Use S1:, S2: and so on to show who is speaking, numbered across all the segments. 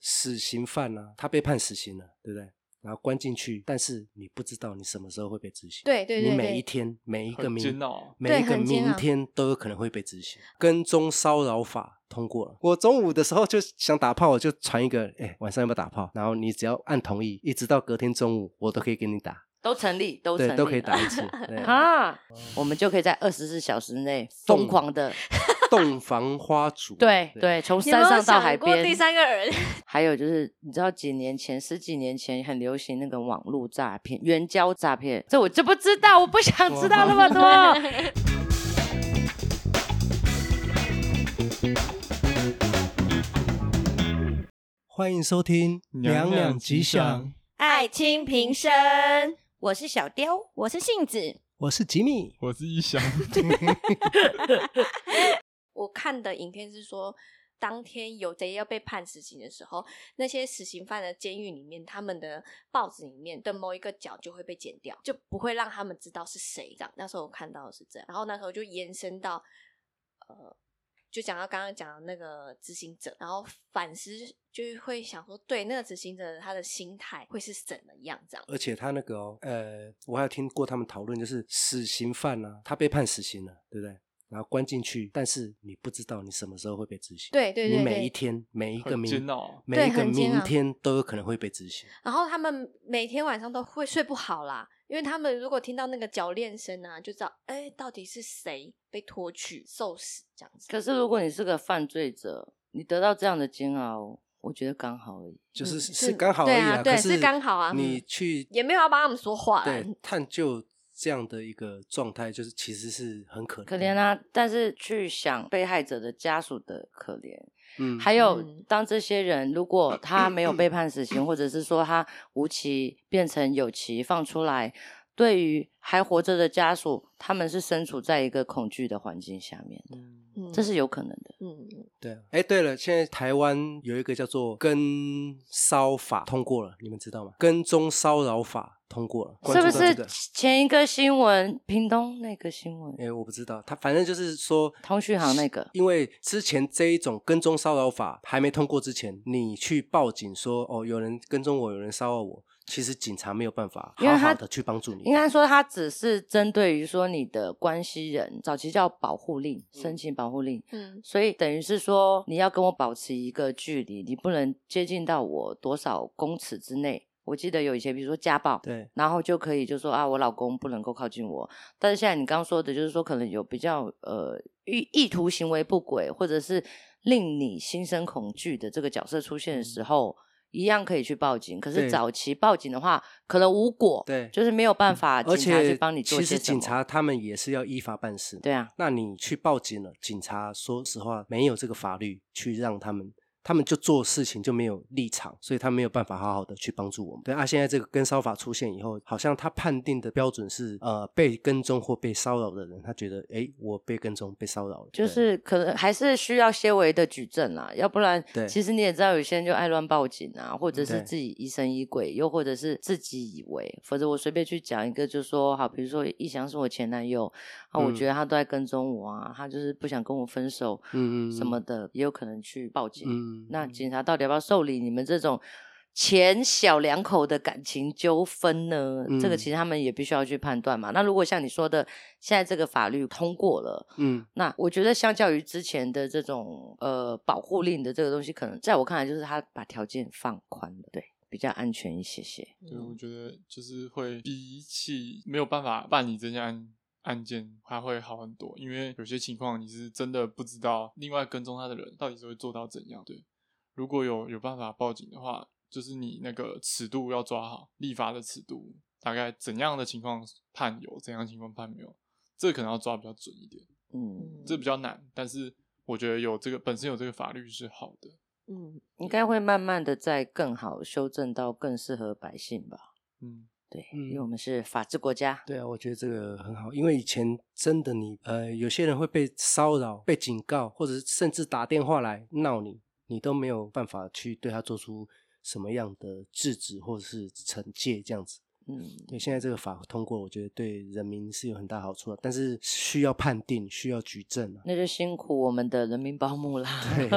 S1: 死刑犯啊，他被判死刑了，对不对？然后关进去，但是你不知道你什么时候会被执行。
S2: 对对对
S1: 你
S2: 对，
S1: 每一天，每一个
S3: 很煎
S1: 明，
S3: 熬，
S1: 每一个
S2: 很煎
S1: 明
S2: 熬
S1: 天都有可能会被执行。跟踪骚扰法通过了，我中午的时候就想打炮，我就传一个，哎，晚上要不要打炮？然后你只要按同意，一直到隔天中午，我都可以给你打，
S4: 都成立，都成
S1: 对，
S4: 立，
S1: 都可以打 一次。对
S4: 啊！我们就可以在二十四小时内疯狂的，
S1: 洞房花 烛，
S4: 对，对，从
S2: 有没
S4: 山
S2: 有
S4: 上到
S2: 想
S4: 海
S2: 过
S4: 边。
S2: 第三个人？
S4: 还有就是，你知道几年前、十几年前很流行那个网络诈骗、援交诈骗，这我就不知道，我不想知道那么多。
S1: 欢迎收听《娘娘吉祥》，
S2: 爱卿平生，我是小雕，我是杏子。
S1: 我是吉米。
S3: 我是 一想，
S2: 我看的影片是说，当天有贼要被判死刑的时候，那些死刑犯的监狱里面，他们的报纸里面的某一个角就会被剪掉，就不会让他们知道是谁。这样，那时候我看到的是这样，然后那时候就延伸到，呃，就讲到刚刚讲的那个执行者，然后反思就会想说，对那个执行者他的心态会是怎么样？这样，
S1: 而且他那个哦，呃，我还有听过他们讨论，就是死刑犯啊，他被判死刑了，对不对？然后关进去，但是你不知道你什么时候会被执行。
S2: 对对对
S1: 你每一
S2: 对。
S1: 天，每一个
S3: 很煎
S1: 明，
S3: 熬，
S1: 每一
S2: 对
S1: 个
S2: 很煎
S1: 明
S2: 熬嗯
S1: 天都有可能会被执行。
S2: 然后他们每天晚上都会睡不好啦，因为他们如果听到那个脚链声啊，就知道哎，到底是谁被拖去受死这样子。
S4: 可是如果你是个犯罪者，你得到这样的煎熬，我觉得刚好而已。
S1: 就是
S2: 嗯
S1: 是
S2: 是
S1: 刚好而
S2: 对
S1: 已
S2: 啊
S1: 啦
S2: 对
S1: 可是
S2: 是刚好啊
S1: 你
S2: 嗯
S1: 去
S2: 也没有要帮他们说话啦嗯
S1: 对，探究这样的一个状态，就是其实是很可怜，
S4: 可怜，啊！但是去想被害者的家属的可怜，
S1: 嗯，
S4: 还有
S2: 嗯
S4: 当这些人如果他没有被判死刑，或者是说他无期变成有期放出来，对于还活着的家属，他们是身处在一个恐惧的环境下面的，
S2: 嗯
S4: 这是有可能的。
S2: 嗯嗯
S1: 对啊，哎，对了，现在台湾有一个叫做“跟骚法”通过了，你们知道吗？“跟踪骚扰法”通过了，关
S4: 是
S1: 注
S4: 不
S1: 到这个
S4: 是？前一个新闻，屏东那个新闻，
S1: 哎，我不知道，他反正就是说，
S4: 通讯行那个
S1: 因为之前这一种跟踪骚扰法还没通过之前，你去报警说哦，有人跟踪我，有人骚扰我，其实警察没有办法
S4: 因为
S1: 好
S4: 他
S1: 好的去帮助你。
S4: 应该说，它只是针对于说你的关系人，早期叫保护令，申请保护令。
S2: 嗯
S4: 所以等于是说，你要跟我保持一个距离，你不能接近到我多少公尺之内。我记得有一些，比如说家暴，
S1: 对，
S4: 然后就可以就说啊，我老公不能够靠近我。但是现在你刚刚说的，就是说可能有比较呃意意图行为不轨，或者是令你心生恐惧的这个角色出现的时候，一样可以去报警。可
S1: 嗯对
S4: 是早期报警的话，可能无果，
S1: 对嗯
S4: 就是没有办法警
S1: 而
S4: 察去
S1: 且
S4: 帮你做
S1: 其
S4: 些
S1: 实
S4: 什
S1: 警
S4: 么。
S1: 察他们也是要依法办事。
S4: 对啊，
S1: 那你去报警了，警察说实话没有这个法律去让他们，他们就做事情就没有立场，所以他没有办法好好的去帮助我们。对啊，现在这个跟骚法出现以后，好像他判定的标准是呃被跟踪或被骚扰的人，他觉得诶我被跟踪被骚扰了，对
S4: 就是可能还是需要些微的举证啦，要不然
S1: 对，嗯
S4: 其实你也知道，有些人就爱乱报警啊，或者是
S1: 对
S4: 自己疑神疑鬼，又或者是自己以为。否则我随便去讲一个，就说好，比如说一翔是我前男友啊，我
S1: 嗯
S4: 觉得他都在跟踪我啊，他就是不想跟我分手，
S1: 嗯嗯
S4: 什么的，也有可能去报警。
S1: 嗯，
S4: 那警察到底要不要受理你们这种前小两口的感情纠纷呢？这个
S1: 嗯
S4: 其实他们也必须要去判断嘛。那如果像你说的，现在这个法律通过了，
S1: 嗯
S4: 那我觉得相较于之前的这种呃保护令的这个东西，可能在我看来就是他把条件放宽了，对，比较安全一些些。嗯
S3: 对，我觉得就是会比起没有办法办理这件案案件，它会好很多，因为有些情况你是真的不知道另外跟踪他的人到底是会做到怎样。对，如果有有办法报警的话，就是你那个尺度要抓好，立法的尺度，大概怎样的情况判有，怎样的情况判没有，这可能要抓比较准一点，
S4: 嗯，
S3: 这比较难，但是我觉得有这个本身有这个法律是好的。
S2: 嗯，
S4: 应该会慢慢的再更好修正到更适合百姓吧。
S3: 嗯，
S4: 对，
S1: 嗯
S4: 因为我们是法治国家，
S1: 对啊，我觉得这个很好，因为以前真的你呃，有些人会被骚扰、被警告，或者是甚至打电话来闹你，你都没有办法去对他做出什么样的制止或者是惩戒这样子。
S4: 嗯，
S1: 对，现在这个法通过，我觉得对人民是有很大好处啊的，但是需要判定，需要举证啊。
S4: 那就辛苦我们的人民保姆啦，
S1: 对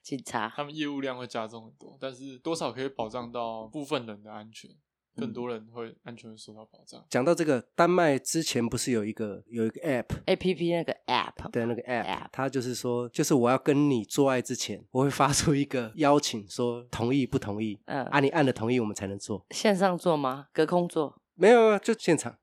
S4: 警察。
S3: 他们业务量会加重很多，但是多少可以保障到部分人的安全，更多人会安全地受到保障。
S1: 讲到这个，丹麦之前不是有一个有一个 app
S4: A P P 那个 App，
S1: 的那个 app，,
S4: App
S1: 它就是说，就是我要跟你做爱之前，我会发出一个邀请，说同意不同意，
S4: 嗯
S1: 啊，你按了同意我们才能做，
S4: 线上做吗？隔空做？
S1: 没有，没啊有就现场。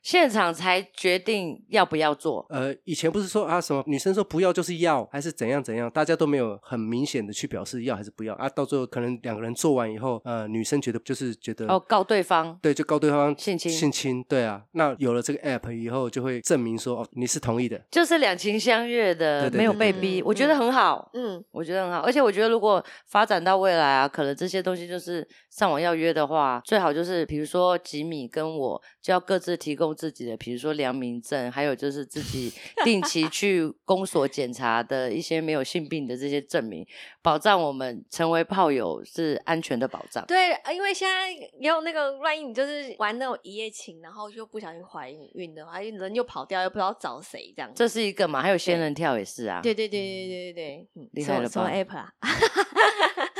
S4: 现场才决定要不要做。
S1: 呃，以前不是说啊什么女生说不要就是要，还是怎样怎样，大家都没有很明显的去表示要还是不要啊。到最后可能两个人做完以后，呃，女生觉得就是觉得
S4: 哦，告对方。
S1: 对，就告对方
S4: 性侵
S1: 性侵，对啊。那有了这个 app 以后，就会证明说哦，你是同意的，
S4: 就是两情相悦的，
S1: 对对
S4: 没有
S1: 对
S4: 被
S2: 对
S4: 逼，
S2: 嗯
S4: 我觉得很好，
S2: 嗯，
S4: 我觉得很好。而且我觉得，如果发展到未来啊，可能这些东西就是上网要约的话，最好就是比如说吉米跟我就要各自提供自己的，比如说良民证，还有就是 自己定期去公所检查的一些没有性病的这些证明，保障我们成为炮友是安全的保障。
S2: 对，呃因为现在也有那个，万一你就是玩那种一夜情，然后就不小心怀孕的话，人又跑掉，又不知道找谁这样。
S4: 这是一个嘛，还有仙人跳也是啊，
S2: 对对对对对对对，嗯
S4: 厉
S2: 什
S4: 害
S2: 么
S4: 了
S2: 什么
S4: 吧
S2: app 啊？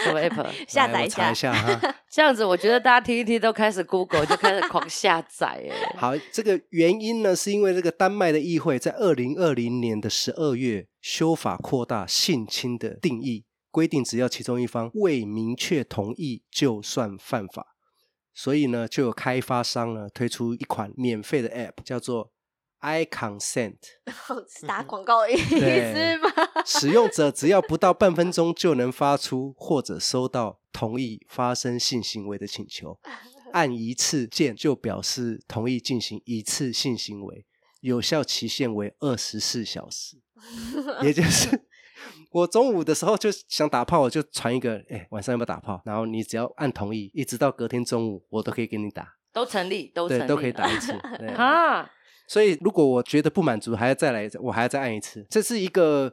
S4: 什 么 app？
S2: 下
S1: 来
S2: 载
S1: 哎我查
S2: 一下
S1: 一。下哈。
S4: 这样子，我觉得大家听一听都开始 Google 就开始狂下载哎、
S1: 好，这个原因呢，是因为这个丹麦的议会在二零二零年的十二月修法扩大性侵的定义，规定只要其中一方未明确同意，就算犯法。所以呢，就有开发商呢推出一款免费的 app，叫做 I Consent。
S2: 打
S4: 嗯
S2: 广告的意
S1: 对
S2: 思吗？
S1: 使用者只要不到半分钟就能发出或者收到同意发生性行为的请 求，按一次键就表示同意进行一次性行为，有效期限为二十四小 时，也就是。 我中午的时候就想打炮，我就传一个，哎、晚上要不要打炮？然后你只要按同意，一直到隔天中午，我都可以给你打，
S4: 都成立，都成
S1: 对，
S4: 立，
S1: 都可以打 一次。对
S4: 啊！
S1: 所以如果我觉得不满足，还要再来一次，我还要再按一次。这是一个，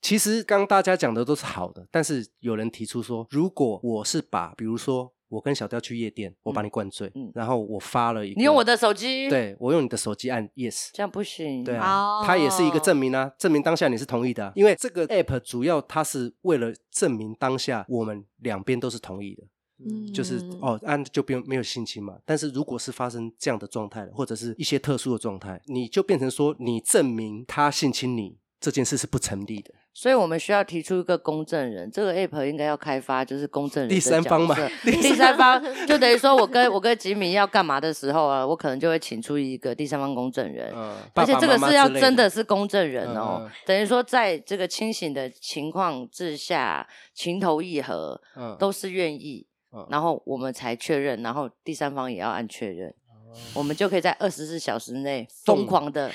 S1: 其实刚大家讲的都是好的，但是有人提出说，如果我是把，比如说我跟小调去夜店，我把你灌醉，
S4: 嗯
S1: 然后我发了一个，
S4: 你用我的，手机，，
S1: 对我用你的手机按 yes。
S4: 这样不行。
S1: 对
S4: 哦
S1: 啊，它也是一个证明啊，证明当下你是同意的啊、因为这个 app 主要它是为了证明当下我们两边都是同意的，
S2: 嗯
S1: 就是
S2: 嗯
S1: 哦，按就不用没有性侵嘛。但是如果是发生这样的状态了，或者是一些特殊的状态，你就变成说你证明他性侵你这件事是不成立的。
S4: 所以我们需要提出一个公证人，这个 app 应该要开发，就是公证人的
S1: 第三方嘛
S4: 角色第三方就等于说我跟我跟吉米要干嘛的时候啊，我可能就会请出一个第三方公证人。
S1: 呃，
S4: 而且
S1: 爸爸
S4: 这个
S1: 妈妈
S4: 是要
S1: 之类
S4: 真的是公证人
S1: 嗯
S4: 哦
S1: 嗯，
S4: 等于说在这个清醒的情况之下，情投意合，
S1: 嗯
S4: 都是愿意
S1: 嗯，
S4: 然后我们才确认，然后第三方也要按确认，
S2: 哦
S4: 我们就可以在二十四小时内疯
S1: 动
S4: 狂的，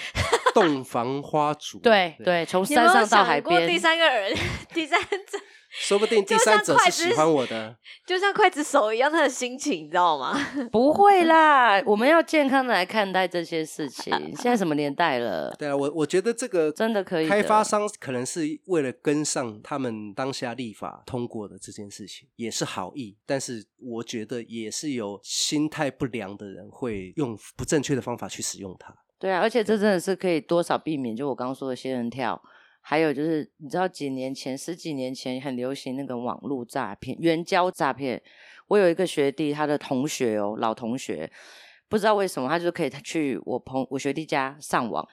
S1: 洞房花烛，
S4: 对，对，从
S2: 你有
S4: 山
S2: 没有
S4: 上到海
S2: 想过第
S4: 边，
S2: 三个人， 第三者
S1: 说不 定第
S2: 就像
S1: 三者
S2: 筷
S1: 是
S2: 子
S1: 喜欢我的。
S2: 就像刽子手一样，他的心情你知道吗？
S4: 不会啦，我们要健康的来看待这些事情。现在什么年 代了？
S1: 对啊，我我觉得这个
S4: 真的可以的
S1: 开发商可能是为了跟上他们当下立法通过的这件事情，也是好意，但是我觉得也是有心态不良的人会用不正确的方法去使用它。
S4: 对啊，而且这真的是可以多少避免，就我刚刚说的仙人跳，还有就是你知道几年前、十几年前很流行那个网络诈骗、援交诈骗。我有一个学弟，他的同学哦，老同学，不知道为什么他就可以去我朋我学弟家上网，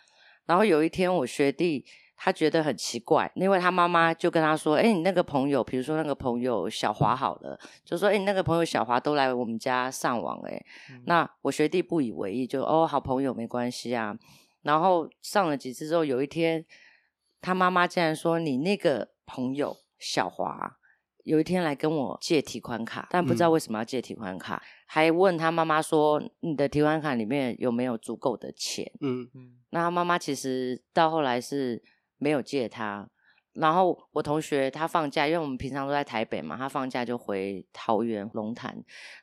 S4: 然后有一天我学弟。他觉得很奇怪，因为他妈妈就跟他说：“哎、你那个朋友，比如说那个朋友小华好了，就说：哎、你那个朋友小华都来我们家上网、哎，
S3: 嗯
S4: 那我学弟不以为意，就哦，好朋友没关系啊。然后上了几次之后，有一天他妈妈竟然说：“你那个朋友小华有一天来跟我借提款卡，但不知道
S1: 嗯
S4: 为什么要借提款卡，还问他妈妈说：你的提款卡里面有没有足够的钱？”
S1: 嗯，
S3: 嗯
S4: 那他妈妈其实到后来是没有借他，然后我同学他放假，因为我们平常都在台北嘛，他放假就回桃园龙潭，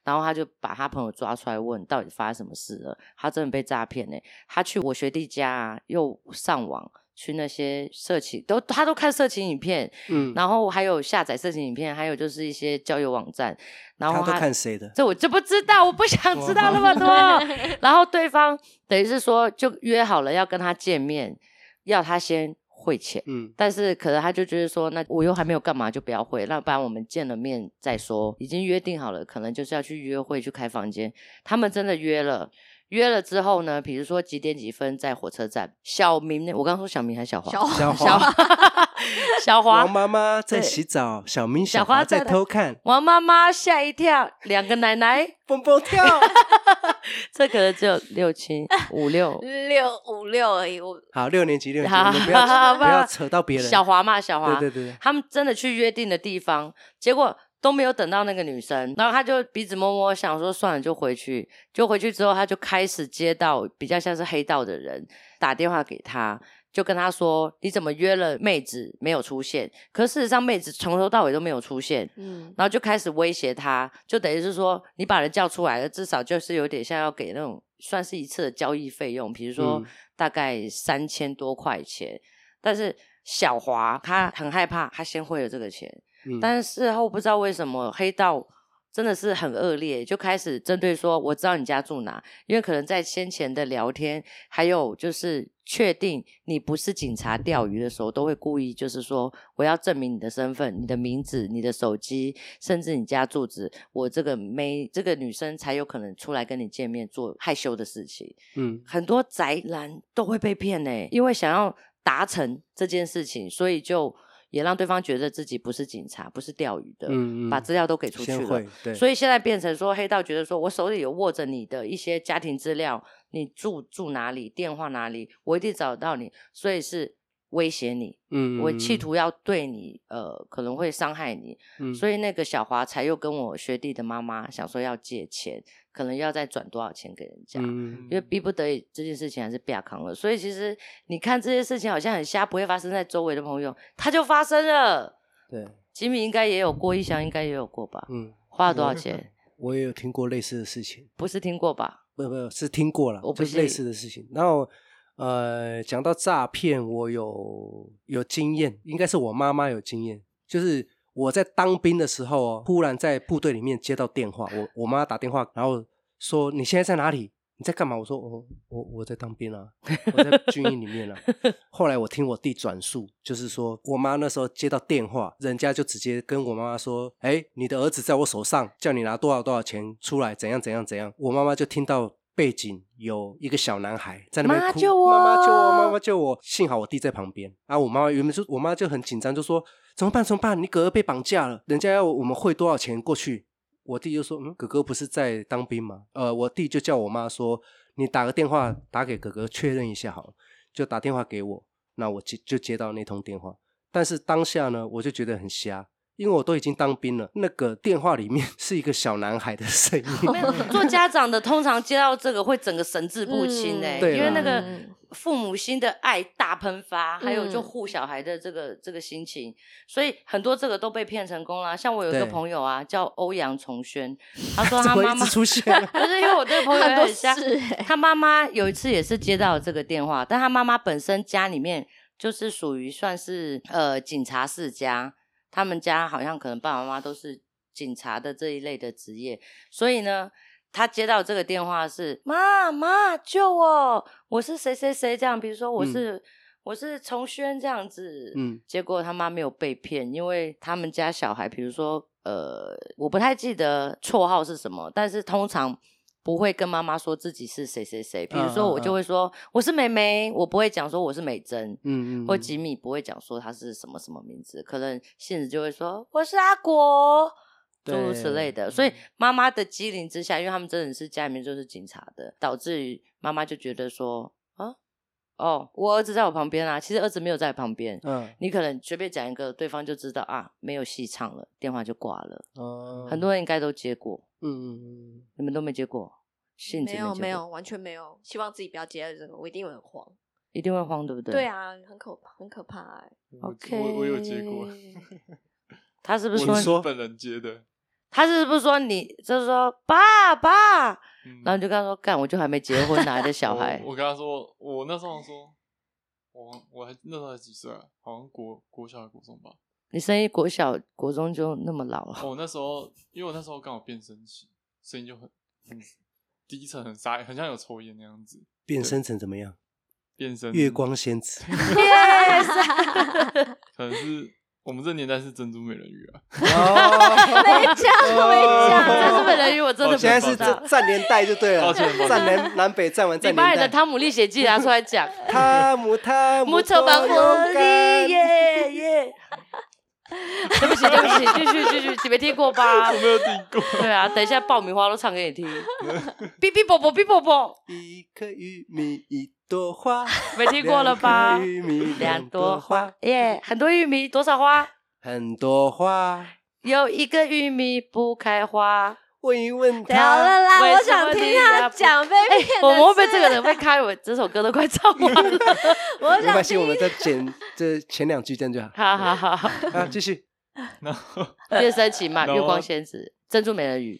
S4: 然后他就把他朋友抓出来问到底发生什么事了。他真的被诈骗呢、他去我学弟家、啊，又上网去那些色情，都他都看色情影片，
S1: 嗯，
S4: 然后还有下载色情影片，还有就是一些交友网站，然后
S1: 他都看谁的？
S4: 这我就不知道，我不想知道 那么多。然后对方等于是说就约好了要跟他见面，要他先汇钱，
S1: 嗯，
S4: 但是可能他就觉得说，那我又还没有干嘛，就不要汇，那不然我们见了面再说，已经约定好了，可能就是要去约会去开房间。他们真的约了。约了之后呢，比如说几点几分在火车站，小明呢，我刚刚说小明还是小 华，
S2: 小
S1: 小
S2: 花，
S4: 小
S1: 华，
S4: 小华，
S1: 王妈妈在
S4: 对
S1: 洗澡，小明、
S4: 小
S1: 小
S4: 花
S1: 华在
S4: 在
S1: 偷看，
S4: 王妈妈吓一跳，两个奶奶，
S1: 蹦蹦 跳。
S4: 这可能只有六七五六
S2: 六五六而已，我
S1: 好，六年级，六年级，
S4: 好
S1: 我们不要
S4: 好啊
S1: 不要
S4: 好
S1: 扯到别人。
S4: 小华嘛，小华，
S1: 对对对对，
S4: 他们真的去约定的地方，结果都没有等到那个女生，然后他就鼻子摸摸，想说算了，就回去。就回去之后，他就开始接到比较像是黑道的人打电话给他，就跟他说：“你怎么约了妹子没有出现？”可事实上，妹子从头到尾都没有出现。
S2: 嗯，
S4: 然后就开始威胁他，就等于是说你把人叫出来了，至少就是有点像要给那种算是一次的交易费用，比如说
S1: 嗯
S4: 大概三千多块钱。但是小华他很害怕，他先汇了这个钱，
S1: 嗯
S4: 但是事后不知道为什么黑道真的是很恶劣，就开始针对说我知道你家住哪，因为可能在先前的聊天，还有就是确定你不是警察钓鱼的时候，都会故意就是说我要证明你的身份、你的名字、你的手机，甚至你家住址，我这个妹这个女生才有可能出来跟你见面做害羞的事情。
S1: 嗯，
S4: 很多宅男都会被骗呢、因为想要达成这件事情，所以就也让对方觉得自己不是警察，不是钓鱼的，
S1: 嗯嗯
S4: 把资料都给出去
S1: 先
S4: 了
S1: 会。，对，
S4: 所
S1: 以
S4: 以现在变成说，黑道觉得说我手里有握着你的一些家庭资料，你住住哪里，电话哪里，我一定找到你，所以是威胁你，
S1: 嗯，
S4: 我企图要对你，呃，可能会伤害你，
S1: 嗯，
S4: 所
S1: 以
S4: 以那个小华才又跟我学弟的妈妈想说要借钱，可能要再转多少钱给人家，
S1: 嗯
S4: 因为逼不得已这件事情还是不要扛了。所以其实你看这些事情好像很瞎，不会发生在周围的朋友，它就发生了。
S1: 对，
S4: 吉米应该也有过，一翔应该也有过吧？
S1: 嗯，
S4: 花了多少
S3: 有
S4: 钱？
S1: 我也有听过类似的事情，
S4: 不是听 过吧？
S1: 不不是听过了，
S4: 我不
S1: 就是类
S4: 信
S1: 似的事情。然后呃，讲到诈骗，我有有经验，应该是我妈妈有经验，就是。我在当兵的时候哦，忽然在部队里面接到电话，我我妈打电话，然后说你现在在哪里？你在干嘛？我说我我我在当兵啊，我在军营里面啊。后来我听我弟转述，就是说我妈那时候接到电话，人家就直接跟我妈妈说：“哎，你的儿子在我手上，叫你拿多少多少钱出来，怎样怎样怎样。”我妈妈就听到背景有一个小男孩在那边
S4: 妈
S1: 哭，
S4: 救我
S1: 妈妈救我，妈妈救我。幸好我弟在旁边啊，我妈妈原本就我妈就很紧张，就说：“怎么办？怎么办？你哥哥被绑架了，人家要我们汇多少钱过去？”我弟就说：“嗯，哥哥不是在当兵吗？”呃，我弟就叫我妈说：“你打个电话打给哥哥确认一下好了。”就打电话给我，那我接就接到那通电话。但是当下呢，我就觉得很瞎，因为我都已经当兵了，那个电话里面 是一个小男孩的声音。
S4: 哦没有，做家长的通常接到这个会整个神志不清
S2: 嗯
S4: 哎、
S1: 对
S4: 因为
S1: 啦
S4: 那个
S2: 嗯
S4: 父母心的爱大喷发，还有就
S2: 嗯
S4: 护小孩的这个这个心情，所以很多这个都被骗成功啦。像我有一个
S1: 对
S4: 朋友啊，叫欧阳崇轩， 他说
S1: 怎
S4: 他
S1: 么
S4: 妈
S1: 一
S4: 妈
S1: 直出现 了
S4: 不是因为我这个朋 友也
S2: 很多
S4: 很像
S2: 事欸
S4: 他妈妈有一次也是接到这个电话，但他妈妈本身家里面就是属于算是呃警察世家，他们家好像可能爸爸妈妈都是警察的这一类的职业，所以呢，他接到这个电话是妈妈救我，我是谁谁谁这样，比如说我是、我是从轩这样子，
S1: 嗯，
S4: 结果他妈没有被骗，因为他们家小孩，比如说，呃，我不太记得绰号是什么，但是通常不会跟妈妈说自己是谁谁谁。比
S1: 嗯
S4: 如说，我就会说我是美美，我不会讲说我是美珍，
S1: 嗯嗯，
S4: 或吉米不会讲说他是什么什么名字，可能现实就会说我是阿国。诸如此类的，
S1: 嗯
S4: 所以妈妈的机灵之下，因为他们真的是家里面就是警察的，导致于妈妈就觉得说啊，哦，我儿子在我旁边啊，其实儿子没有在旁边，
S1: 嗯，
S4: 你可能随便讲一个，对方就知道啊，没有戏唱了，电话就挂了。
S1: 哦
S4: 很多人应该都接过，
S1: 嗯嗯
S4: 你们都没接过，信子
S2: 没有
S4: 接
S2: 没
S4: 过
S2: 有，完全没有，希望自己不要接到这个，我一定会很慌。
S4: 一定会慌，对不对？
S2: 对啊，很可怕，很可怕、 欸。
S3: 我
S4: OK
S3: 我我有接过，
S4: 他是不
S3: 我
S4: 是
S1: 你
S4: 说，
S1: 说
S3: 本人接的，
S4: 他是不是说你，就是说爸爸，
S3: 嗯
S4: 然后你就跟他说，干，我就还没结婚，哪来的小孩
S3: 我？我跟他说，我那时候说，我我还那时候才几岁啊，好像国国小还国中吧。哦
S4: 你生一国小、国中就那么老 了，
S3: 我那时候，因为我那时候刚好变声期，声音就很很低沉，很沙哑，很像有抽烟那样子。
S1: 变身成怎么样？
S3: 变声
S1: 月光仙 子，
S3: 可能是我们这年代是珍珠美人鱼啊，
S4: 哦
S2: 没讲，没
S1: 哦
S2: 讲，
S4: 这
S2: 这
S4: 是
S2: 是
S4: 美人鱼，我真的不
S3: 哦
S4: 知
S1: 现在是
S4: 道
S1: 这。战连带就对了
S3: 抱歉抱，歉
S1: 战南南北战完
S4: 你
S1: 战
S4: 把你的
S1: 连
S4: 《
S1: 带。
S4: 汤姆历险记》拿出来讲，
S1: 汤姆汤姆
S4: 木头
S1: 多
S4: 板火
S1: 勇
S4: 力
S1: 敢，
S4: 耶耶！ 对不起，对不起，继续继续，你没听过吧？
S3: 我没有听过。
S4: 对啊，等一下爆米花都唱给你听，哔哔啵啵哔啵啵，
S1: 一颗玉米一朵花，
S4: 没听过了吧
S1: 两颗？玉米
S4: 两
S1: 两
S4: 朵
S1: 朵
S4: 花
S1: 花，
S4: 耶，很多玉米，多少花？
S1: 很多花，
S4: 有一个玉米不开花。
S1: 问一问
S2: 好了
S1: 他，
S2: 啦，
S4: 为
S2: 我
S4: 什
S2: 想
S4: 么
S2: 听
S4: 你
S2: 他
S4: 要不
S2: 讲被
S4: 哎、
S2: 骗
S4: 我们
S2: 的
S4: 会被这
S2: 事。
S4: 个人会开我这首歌都快唱完了，
S2: 我
S1: 没
S2: 想
S1: 关系，
S2: 听
S1: 我们再剪 这前两句这样就好。
S4: 好好好好，
S1: 啊，继续。
S3: 然后
S4: 变身骑马、
S3: 然后
S4: 月光仙子、珍珠美人鱼，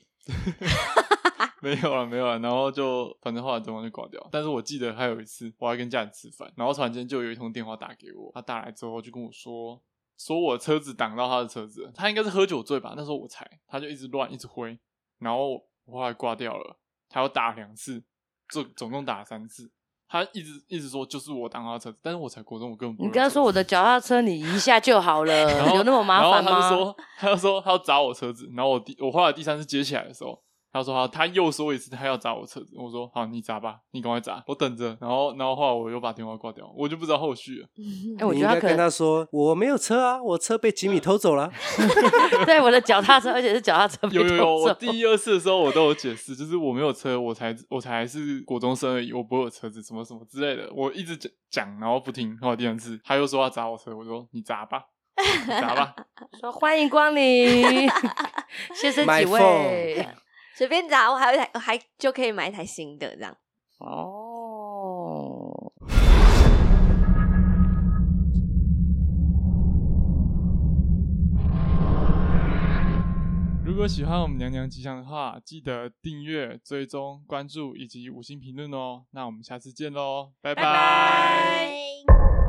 S3: 没有了，没有啊了。然后就反正后来对方就挂掉。但是我记得还有一次，我还跟家人吃饭，然后突然间就有一通电话打给我，他打来之后就跟我说。说我车子挡到他的车子了，他应该是喝酒醉吧？那时候我猜，他就一直乱，一直挥，然后我后来挂掉了。他又打了两次，总总共打了三次。他一直一直说就是我挡到他的车子，但是我才国中，我根本不
S4: 你
S3: 会
S4: 跟他
S3: 做
S4: 说我的脚踏车你移一下就好
S3: 然
S4: 了，
S3: 后
S4: 有那么麻烦
S3: 然后他就
S4: 吗？
S3: 说，他就说他要砸我车子，然后我第我后来第三次接起来的时候，他说他他又说一次他要砸我车子，我说好你砸吧，你赶快砸，我等着。然后然后后来我又把电话挂掉，我就不知道后续 了。
S4: 哎、我
S1: 你应
S4: 觉
S1: 该
S4: 得他可
S1: 跟
S4: 能
S1: 他说：“我没有车啊，我车被吉米偷走了。
S4: 对我的脚踏车，而且是脚踏车 被
S3: 有有有，
S4: 偷
S3: 我
S4: 走
S3: 第一二次的时候我都有解释，就是我没有车，我才我才是国中生而已，我不会有车子什么什么之类的，我一直讲讲，然后不听。后来第三次他又说要砸我车，我说你砸吧，你砸 吧。
S4: 说欢迎光 临，先生
S1: My
S4: 几位？
S2: 随便砸，我还有一台，我还就可以买一台新的这样。
S4: 哦，
S3: 如果喜欢我们娘娘吉祥的话，记得订阅、追踪、关注以及五星评论哦。那我们下次见喽，拜拜。
S2: 拜。